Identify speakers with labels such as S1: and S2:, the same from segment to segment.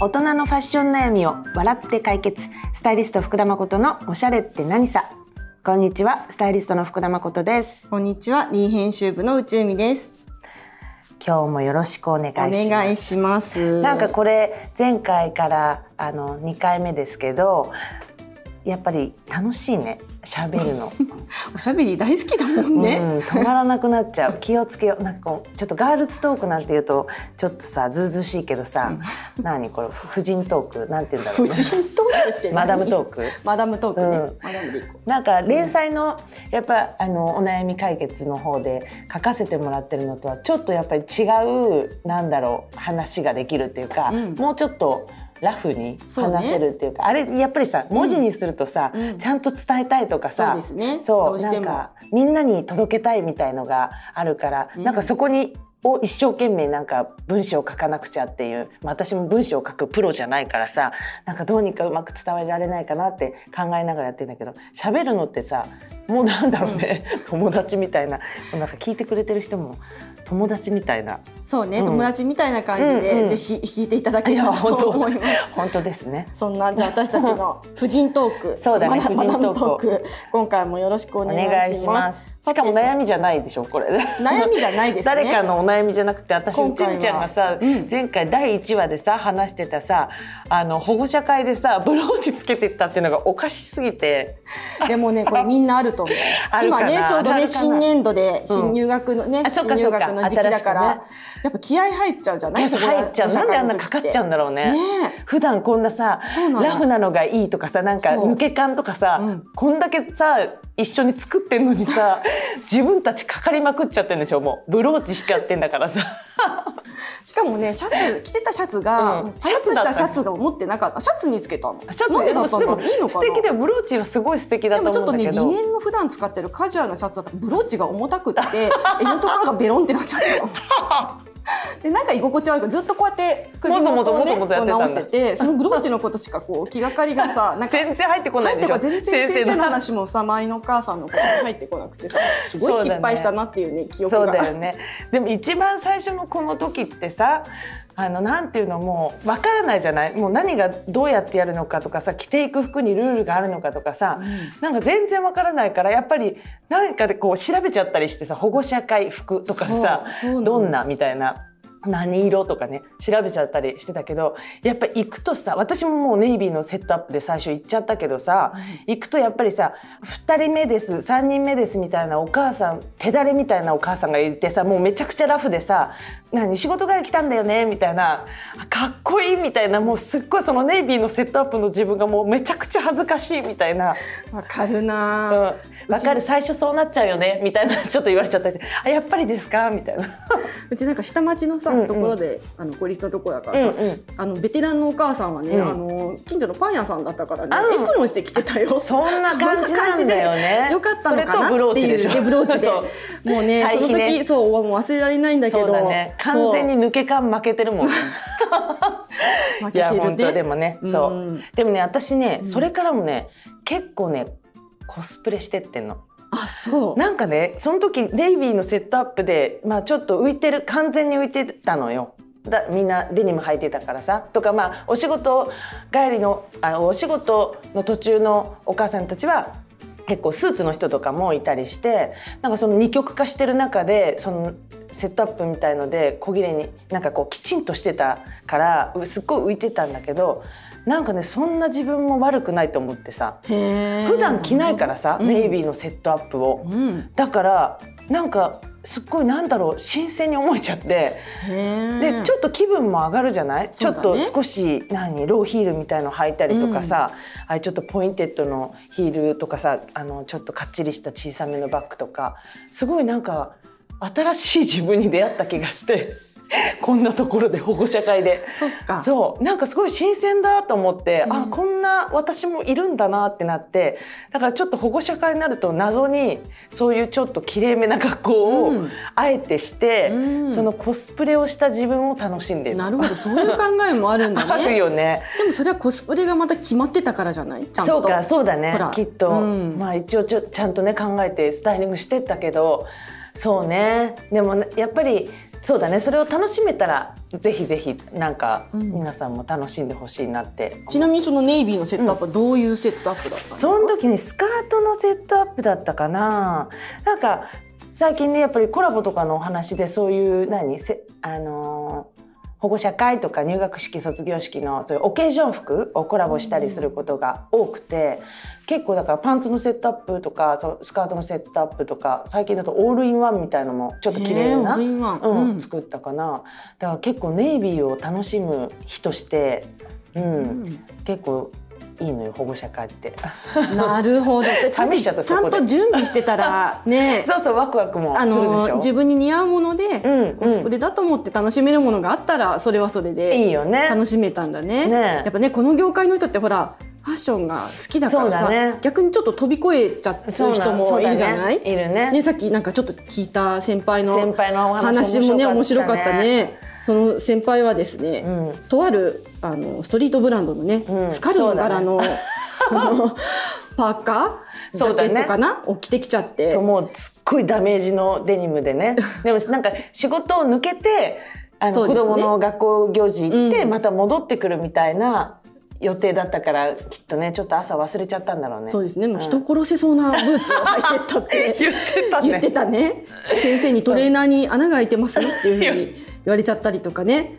S1: 大人のファッション悩みを笑って解決スタイリスト福田誠のおしゃれって何さこんにちはスタイリストの福田誠です
S2: こんにちは、リー編集部の宇宙美です。
S1: 今日もよろしくお願い
S2: お
S1: しま
S2: 願
S1: す
S2: いします。
S1: なんかこれ前回からあの2回目ですけどやっぱり楽しいね喋るの、
S2: おしゃべり大好きだもん ね。
S1: うん、止まらなくなっちゃう気をつけようなんかこうちょっとガールズトークなんて言うとちょっとさずうずうしいけどさ何これ婦人トークなんて言うんだろう
S2: 婦
S1: ね
S2: 人トークって何
S1: マダムトーク
S2: マダムトークね。
S1: うん
S2: マダムでいこ
S1: なんか連載のやっぱあのお悩み解決の方で書かせてもらってるのとはちょっとやっぱり違うなんだろう話ができるっていうか、
S2: うん
S1: もうちょっとラフに
S2: そうね
S1: 話せるっていうかあれやっぱりさ文字にするとさ、
S2: うん
S1: ちゃんと伝えたいとかさ
S2: そうですね
S1: そう
S2: どうしても
S1: なんかみんなに届けたいみたいのがあるから、
S2: うん
S1: なんかそこにを一生懸命なんか文章を書かなくちゃっていう、まあ、私も文章を書くプロじゃないからさなんかどうにかうまく伝えられないかなって考えながらやってんだけど喋るのってさもうなんだろうね、友達みたいななんか聞いてくれてる人も友達みたいな
S2: う。そうね、
S1: うん
S2: 友達みたいな感じで、
S1: うんうん
S2: ぜひ聞いていただけ
S1: い
S2: れ
S1: や
S2: ば
S1: 本
S2: と
S1: 当
S2: 思います。
S1: 本当ですね。
S2: そんなじゃあ私たち の婦人トーク、
S1: そうだね
S2: マダ
S1: 婦人
S2: マ
S1: ト
S2: ダ
S1: ーク
S2: ムトーク、今回もよろしくお
S1: お
S2: 願
S1: 願
S2: い
S1: い
S2: し
S1: し
S2: ま
S1: ますす。。しかも
S2: さて
S1: 悩みじゃないでしょこれ。
S2: 悩みじゃないですね。
S1: 誰かのお悩みじゃなくて私
S2: 今
S1: ち
S2: 回は
S1: んちゃんがさ、
S2: うん
S1: 前回第1話でさ話してたさあの保護者会でさブローチつけてったっていうのがおかしすぎて
S2: でもねこれみんなあると思う
S1: あるか
S2: 今
S1: な
S2: ねちょうど
S1: あ
S2: ね
S1: るかな
S2: 新年度で新入学のね、
S1: あそっ
S2: 新
S1: か
S2: 入
S1: そっか
S2: 学の時期だから、
S1: 新しく
S2: やっぱ気合入っちゃうじゃない
S1: 入っちゃうなんであんなかかっちゃうんんだろうね
S2: ね
S1: 普段こんなさ
S2: そうなの
S1: ラフなのがいいとかさなんか
S2: そう
S1: 抜け感とかさ、
S2: うん
S1: こんだけさ一緒に作ってんのに さ自分たちかかりまくっちゃってんでしょもうブローチしちゃってんだからさ
S2: しかもねシャツ着てたシャツが、
S1: うん
S2: パリッとしたシャツが持ってなかったシャツにつけたの
S1: シャツ
S2: なんで
S1: で
S2: だ
S1: も
S2: ったんだろういいのか
S1: 素
S2: な
S1: 敵でブローチはすごい素敵だ
S2: でもち
S1: と
S2: ょっ
S1: 思
S2: と
S1: うんだ
S2: ね
S1: けど
S2: リネンの普段使ってるカジュアルなシャツだからブローチが重 たくってえのところがベロンってなっちゃったの。 でなんか居心地悪くずっとこうやって首元
S1: もぞ
S2: を
S1: も
S2: ね
S1: ぞもぞもぞや
S2: こ
S1: ってたんだ
S2: う直しててそのブローチのことしかこう気がかりがさなんか
S1: 全然入ってこな
S2: 入
S1: いで
S2: って
S1: し
S2: こ
S1: ょ
S2: 全然先生の話もさ周りのお母さんのことも入ってこなくてさすごい失敗したなっていうね記憶
S1: そう
S2: が
S1: だよね。でも一番最初のこの時ってさ、あのなんていうのもうわからないじゃない。もう何がどうやってやるのかとかさ、着ていく服にルールがあるのかとかさ、なんか全然わからないからやっぱりなんかでこう調べちゃったりしてさ、保護者会服とかさ、
S2: そうそうなの
S1: どんなみたいな。何色とかね調べちゃったりしてたけどやっぱ行くとさ私ももうネイビーのセットアップで最初行っちゃったけどさ行くとやっぱりさ2人目です3人目ですみたいなお母さん手だれみたいなお母さんがいてさもうめちゃくちゃラフでさ「何仕事帰り来たんだよね」みたいな「かっこいい」みたいなもうすっごいそのネイビーのセットアップの自分がもうめちゃくちゃ恥ずかしいみたいな。
S2: わかる
S1: うん
S2: なぁ、
S1: わかる最初そうなっちゃうよねみたいなちょっと言われちゃったりしてあやっぱりですかみたいな。
S2: うちなんか下町のさ、
S1: うんうん
S2: ところであの公立のところだから
S1: う
S2: さ、
S1: んうん
S2: あのベテランのお母さんはね、
S1: うん
S2: あの近所のパン屋さんだったからね、
S1: うん
S2: エプロンしてきてたよ。
S1: そんな感じなんだよね。
S2: でよかったのか
S1: それとブ
S2: な
S1: ロー
S2: って
S1: チ
S2: い
S1: で
S2: う
S1: しょ。
S2: ねブローチ で
S1: そう
S2: もうね
S1: 対
S2: その
S1: 比ね
S2: 時そうもう忘れられないんだけ
S1: そう
S2: ど
S1: だね。完全に抜け感負けてる もんね。
S2: そう負
S1: い
S2: け
S1: や
S2: てる
S1: 本当で
S2: ね
S1: もね、
S2: うん
S1: そうでもね私ね、
S2: うん
S1: それからもね結構ねコスプレしてってんの
S2: あそう
S1: なんかねその時ネイビーのセットアップでまあちょっと浮いてる完全に浮いてたのよだみんなデニム履いてたからさとかまあお仕事帰りのあお仕事の途中のお母さんたちは結構スーツの人とかもいたりしてなんかその二極化してる中でそのセットアップみたいので小切れになんかこうきちんとしてたからうすっごい浮いてたんだけどなんかねそんな自分も悪くないと思ってさ
S2: 普
S1: 普段着ないからさ、
S2: うん
S1: ネイビーのセットアップを。
S2: うん
S1: だからなんかすっごいなんだろう新鮮に思えちゃって、でち
S2: ょっ
S1: ょっと気分も上がるじゃない、ち
S2: そ
S1: ょ
S2: うだ
S1: っ
S2: ね
S1: と少し何ローヒールみたいの履いたりとかさ、ああいうちょっとポインテッドのヒールとかさあのちょっとかっちりした小さめのバッグとかすごいなんか新しい自分に出会った気がして。こんなところで保護者会で
S2: そっか
S1: そうなんかすごい新鮮だと思って、
S2: うん
S1: あこんな私もいるんだなってなってだからちょっと保護者会になると謎にそういうちょっときれいめな格好
S2: う
S1: を
S2: ん
S1: あえてして、
S2: うん
S1: そのコスプレをした自分を楽しんでる。
S2: なるほどそういう考えもあるんだ
S1: ある
S2: ね
S1: よね。
S2: でもそれはコスプレがまた決まってたからじゃないちゃんと
S1: そうか、そうだね
S2: ほら。
S1: きっと、
S2: うん
S1: まあ一応ちょちゃんとね考えてスタイリングしてったけど、そうね。でもねやっぱりそうだねそれを楽しめたらぜひぜひなんか
S2: うん
S1: 皆さんも楽しんでほしいなって、
S2: ちなみにそのネイビーのセットアップはどういうセットアップだったんですか、
S1: その時にスカートのセットアップだったかななんか最近ねやっぱりコラボとかのお話でそういう何せあのー保護者会とか入学式卒業式のそういうオケージョン服をコラボしたりすることが多くて結構だからパンツのセットアップとかそうスカートのセットアップとか最近だとオールインワンみたいのもちょっと綺麗な
S2: えーオールインワン
S1: うん
S2: うん
S1: 作ったかなだから結構ネイビーを楽しむ日として、うん結構いいのよ保護者会って。
S2: なるほど。ちゃ ん
S1: 試しちゃった
S2: とちゃ
S1: そこ
S2: ん
S1: で
S2: と準備して たらね、
S1: そうそうワクワクもす
S2: あ
S1: るでし
S2: の
S1: ょ。
S2: 自分に似合うもので、
S1: うんうん
S2: コスプレだと思って楽しめるものがあったらそれはそれ
S1: い
S2: で
S1: いよね。
S2: 楽しめたんだね。
S1: ね
S2: やっぱねこの業界の人ってほらファッションが好きだから
S1: そ
S2: さ、
S1: うだね
S2: 逆にちょっと飛び越えちゃってる人もいるじゃない。
S1: そうだねいるね
S2: ねさっきなんかちょっと聞いた先輩の
S1: 先輩のお話
S2: 話もね面白かった。ね。その先輩はですね、
S1: うん
S2: とあるあのストリートブランドのね、
S1: うん
S2: スカルの柄の、あのパーカージ
S1: そう
S2: ャケ
S1: だね
S2: ットかな、を着てきちゃって。
S1: もうすっごいダメージのデニムで ね。でもなんか仕事を抜けてあの、
S2: そう
S1: 子
S2: ですね
S1: 供の学校行事行って、
S2: うん
S1: また戻ってくるみたいな予定だったからきっとねちょっと朝忘れちゃったんだろうね。
S2: そうですね、もう人
S1: ん
S2: 殺せそうなブーツを履いてった っ
S1: 言っててたね。
S2: 言ってたね先生にトレーナーに穴が開いてますっていうふうに言われちゃったりとかね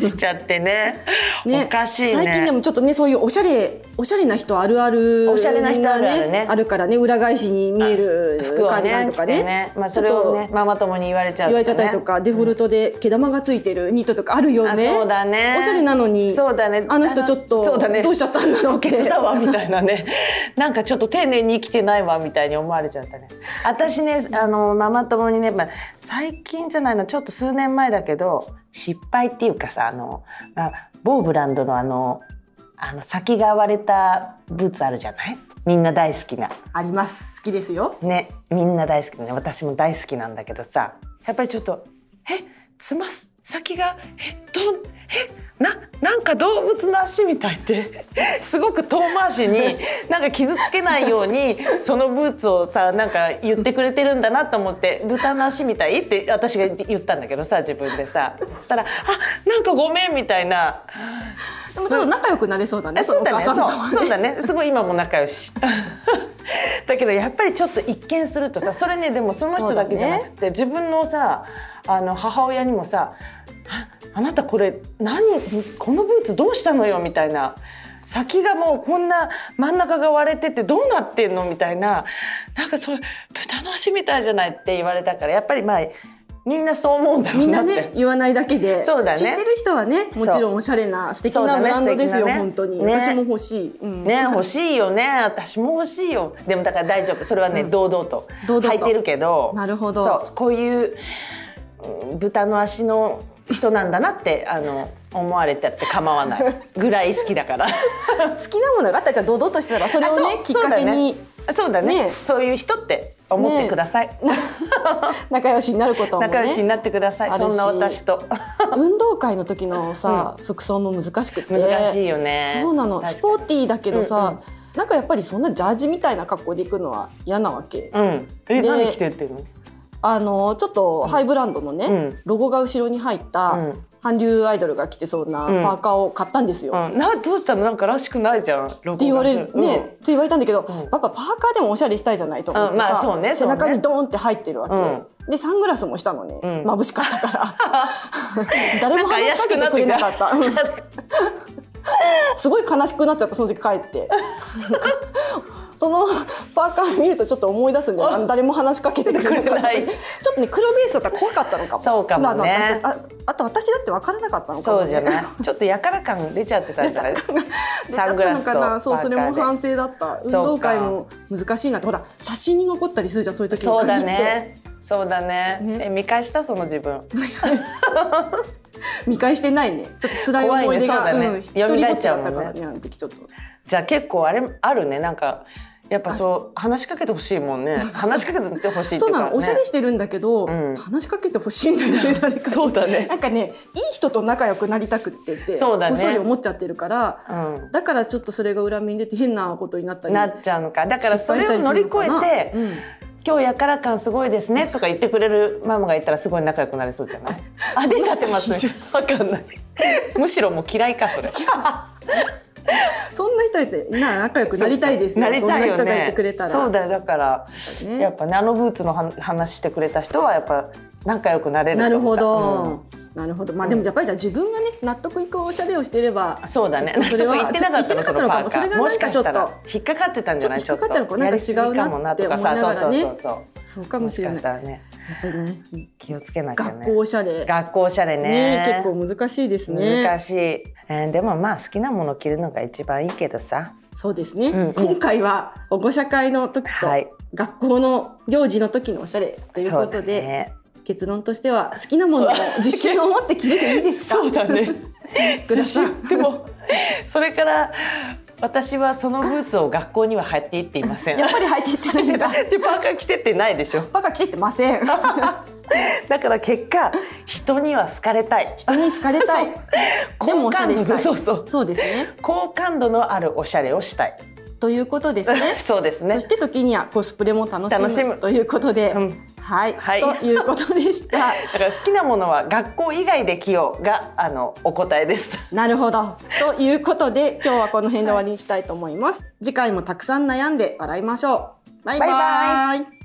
S1: しちゃってね。
S2: ね
S1: おかしいね。
S2: 最近でもちょっとねそういうおしゃれおしゃれな人あるある
S1: おしゃれな人あるあるね
S2: あるからね裏返しに見える
S1: 服を
S2: 感じな
S1: ね
S2: んとか
S1: 着
S2: ね
S1: てまあそれをねママ友に言われちゃう
S2: 言
S1: と
S2: わ
S1: かね
S2: れちゃったりとか、デフォルトで毛玉がついてるニットとかあるよ
S1: あ
S2: ね。
S1: そうだね
S2: おしゃれなのに、
S1: そうだね
S2: あの人ちょっと
S1: そうだね
S2: どうしちゃったんだろうっ
S1: ケツ
S2: て。
S1: だわみたいなねなんかちょっと丁寧に生きてないわみたいに思われちゃったね私ねあのママ友にね、まあ、最近じゃないのちょっと数年前だけど失敗っていうかさあの、まあ、某ブランドのあのあの先が割れたブーツあるじゃないみんな大好きな
S2: あります。好きですよ。
S1: ねみんな大好きだね私も大好きなんだけどさやっぱりちょっと「えつま先がえどんえななんか動物の足みたいで すごく遠回しになんか傷つけないようにそのブーツをさなんか言ってくれてるんだなと思って「豚の足みたい?」って私が言ったんだけどさ自分でさそしたら「あなんかごめん」みたいな
S2: でもちょっと仲良くなれそうだね。
S1: えそうだね
S2: のお母さんと
S1: そうそうだねすごい今も仲良 しだけどやっぱりちょっと一見するとさそれねでもその人だけじゃなくて、自分のさあの母親にもさ「ああなたこれ何このブーツどうしたのよ」みたいな。先がもうこんな真ん中が割れててどうなってんのみたいななんかそう豚の足みたいじゃないって言われたからやっぱりまあみんなそう思うんだろ
S2: み
S1: うんな
S2: な
S1: って
S2: ね言わないだけで
S1: そうだね
S2: 知ってる人はねもちろんおしゃれな素敵
S1: そうだ
S2: な
S1: ね
S2: ブランドですよ、
S1: 素敵なね
S2: 本当に、
S1: ね
S2: 私も欲しい、うん
S1: ね、欲しいよね私も欲しいよでもだから大丈夫それはね、堂々と
S2: 堂々と
S1: 履いてるけど
S2: なるほど
S1: そうこういううん豚の足の人なんだなってあの思われたって構わないぐらい好きだから
S2: 好きなものがあったらじゃあ堂々としてたらそれをね
S1: あ
S2: きっ
S1: そう
S2: かけに
S1: そうだねそうだね
S2: ね
S1: そういう人って思ってください、
S2: 仲良しになることもね
S1: 仲良しになってください、
S2: あるし
S1: そんな私と
S2: 運動会の時のさ、服装も難しくて
S1: 難しいよね
S2: そうなの
S1: 確かに
S2: スポーティーだけどさ、なんかやっぱりそんなジャージみたいな格好で行くのは嫌なわけ、
S1: うんえ
S2: で
S1: 何着てってるの
S2: あのちょっとハイブランドのね、
S1: うん
S2: ロゴが後ろに入った、
S1: うん
S2: 韓流アイドルが着てそうなパ
S1: ん
S2: ーカーを買ったんですよ、っ
S1: うん、などうしたのなんからしくないじゃんって
S2: て言われね、って言われたんだけど、
S1: ん
S2: やっぱパーカーでもおしゃれしたいじゃないと思っ
S1: う
S2: てさ、
S1: んまあそうね
S2: 背
S1: そうね
S2: 中にドーンって入ってるわけ、
S1: う
S2: でサングラスもしたのね、
S1: ん
S2: 眩しかったから 誰も話しかけてくれなかったうんすごい悲しくなっちゃったその時帰って。そのパーカー見るとちょっと思い出すんだよあの誰も話しかけてくれなかった
S1: くれ
S2: ち
S1: ない
S2: ょっとね黒ベースだったら怖かったのかも
S1: そうかもね
S2: ななああと私だって分からなかったのかも、
S1: そうじゃない。ちょっとやから感出ちゃって たんじゃない。
S2: 出ちゃ
S1: サ
S2: っ
S1: ング
S2: た
S1: ラ
S2: の
S1: スと
S2: か
S1: パ
S2: なそう
S1: ー
S2: それ
S1: カ
S2: も
S1: ー
S2: 反
S1: で。
S2: 省だった
S1: そう
S2: 運
S1: か
S2: 動会も難しいなってほら写真に残ったりするじゃんそういう時に
S1: そう
S2: 限っ
S1: だ
S2: て
S1: ね。そうだね。
S2: ね
S1: え見返したその自分。
S2: 見返してないねちょっと辛い思い出が
S1: 怖いね
S2: うん
S1: そう
S2: 一
S1: だね
S2: 人ぼっ
S1: 蘇っ
S2: ち
S1: ちゃ
S2: だ
S1: う
S2: っ
S1: もんね
S2: たからねあの時ちょっと
S1: じゃあ結構あれあるねなんか。やっぱそう話しかけてほしいもんね。話しかけてほしいってい
S2: そ
S1: ううか、ね。
S2: なのおしゃれしてるんだけど、
S1: うん
S2: 話しかけてほしいんだよね誰 か
S1: そうだね
S2: なんかねいい人と仲良くなりたくってって
S1: そうだね
S2: こっそり思っちゃってるから
S1: うん。
S2: だからちょっとそれが裏目に出て変なことになったり
S1: なっちゃうのか。だからそれ
S2: 失敗した
S1: を
S2: り
S1: 乗
S2: す
S1: り
S2: る
S1: 越
S2: のかな
S1: えて、
S2: うん
S1: 今日やから感すごいですね」とか言ってくれるママがいたらすごい仲良くなれそうじゃないあ出ちゃってますねわかんないむしろもう嫌いかそれ
S2: そんな人いてな仲良くなりたいですよ
S1: なりたいよ
S2: そんな人がいて
S1: ね
S2: くれたら
S1: そうだよだから
S2: ね
S1: やっぱねあのブーツのは話してくれた人はやっぱ仲良くなれる
S2: なるほ
S1: うん
S2: ど、なるほどまあでもやっぱりじゃあ自分がね納得いくおしゃれをしていれば
S1: そうだね。納
S2: それは
S1: 得いってなかったの
S2: そ
S1: そう
S2: 言って
S1: のパ
S2: な
S1: ー
S2: かったのかも
S1: カ
S2: それ
S1: ー。
S2: がなんか
S1: もしかした
S2: ちょ
S1: ら
S2: っと
S1: 引っかかってたんじゃない？
S2: ちょっと引っかかったのかな
S1: やりすぎも
S2: なんか違うなって思いながらね
S1: そうそうそう
S2: そうか
S1: そう。
S2: も
S1: も
S2: し
S1: し
S2: れ
S1: か
S2: な
S1: し
S2: い
S1: たらね、
S2: やっぱりねうん
S1: 気をつけなきゃ
S2: 学
S1: ね。
S2: 校おしゃれ
S1: 学校おしゃれ
S2: ね
S1: ね。
S2: 結構難しいですね
S1: 難しい。えーでもまあ好きなもの着るのが一番いいけどさ。
S2: そうですね、
S1: うんうん
S2: 今回はおご社会の時と
S1: はい。
S2: 学校の行事の時のおしゃれという
S1: そ
S2: こ
S1: うだ
S2: とで、
S1: ね。
S2: 結論としては好きなものを自信を持って着れていいですか
S1: そうだ ね。
S2: 福田 さん
S1: 自信でもそれから私はそのブーツを学校には履いていっていません。
S2: やっぱり履いていってないんだ
S1: でパーカー着てってないでし ょ。
S2: バカ着てってません
S1: だから結果人には好かれたい。
S2: 人に好かれたいでもおしゃれした い
S1: そうそう
S2: そうですね
S1: 好感度のあるおしゃれをしたい。
S2: ということ ですね
S1: そうですね
S2: そし。て時にはコスプレも楽しむ
S1: 楽しむ
S2: ということで、
S1: うん
S2: はい、
S1: はい
S2: ということでし
S1: だ
S2: た
S1: から好きなものは学校以外で着ようがあのお答えです。
S2: なるほどということで今日はこの辺で終わりにしたいと思います、次回もたくさん悩んで笑いましょうバイバ
S1: バイ
S2: イ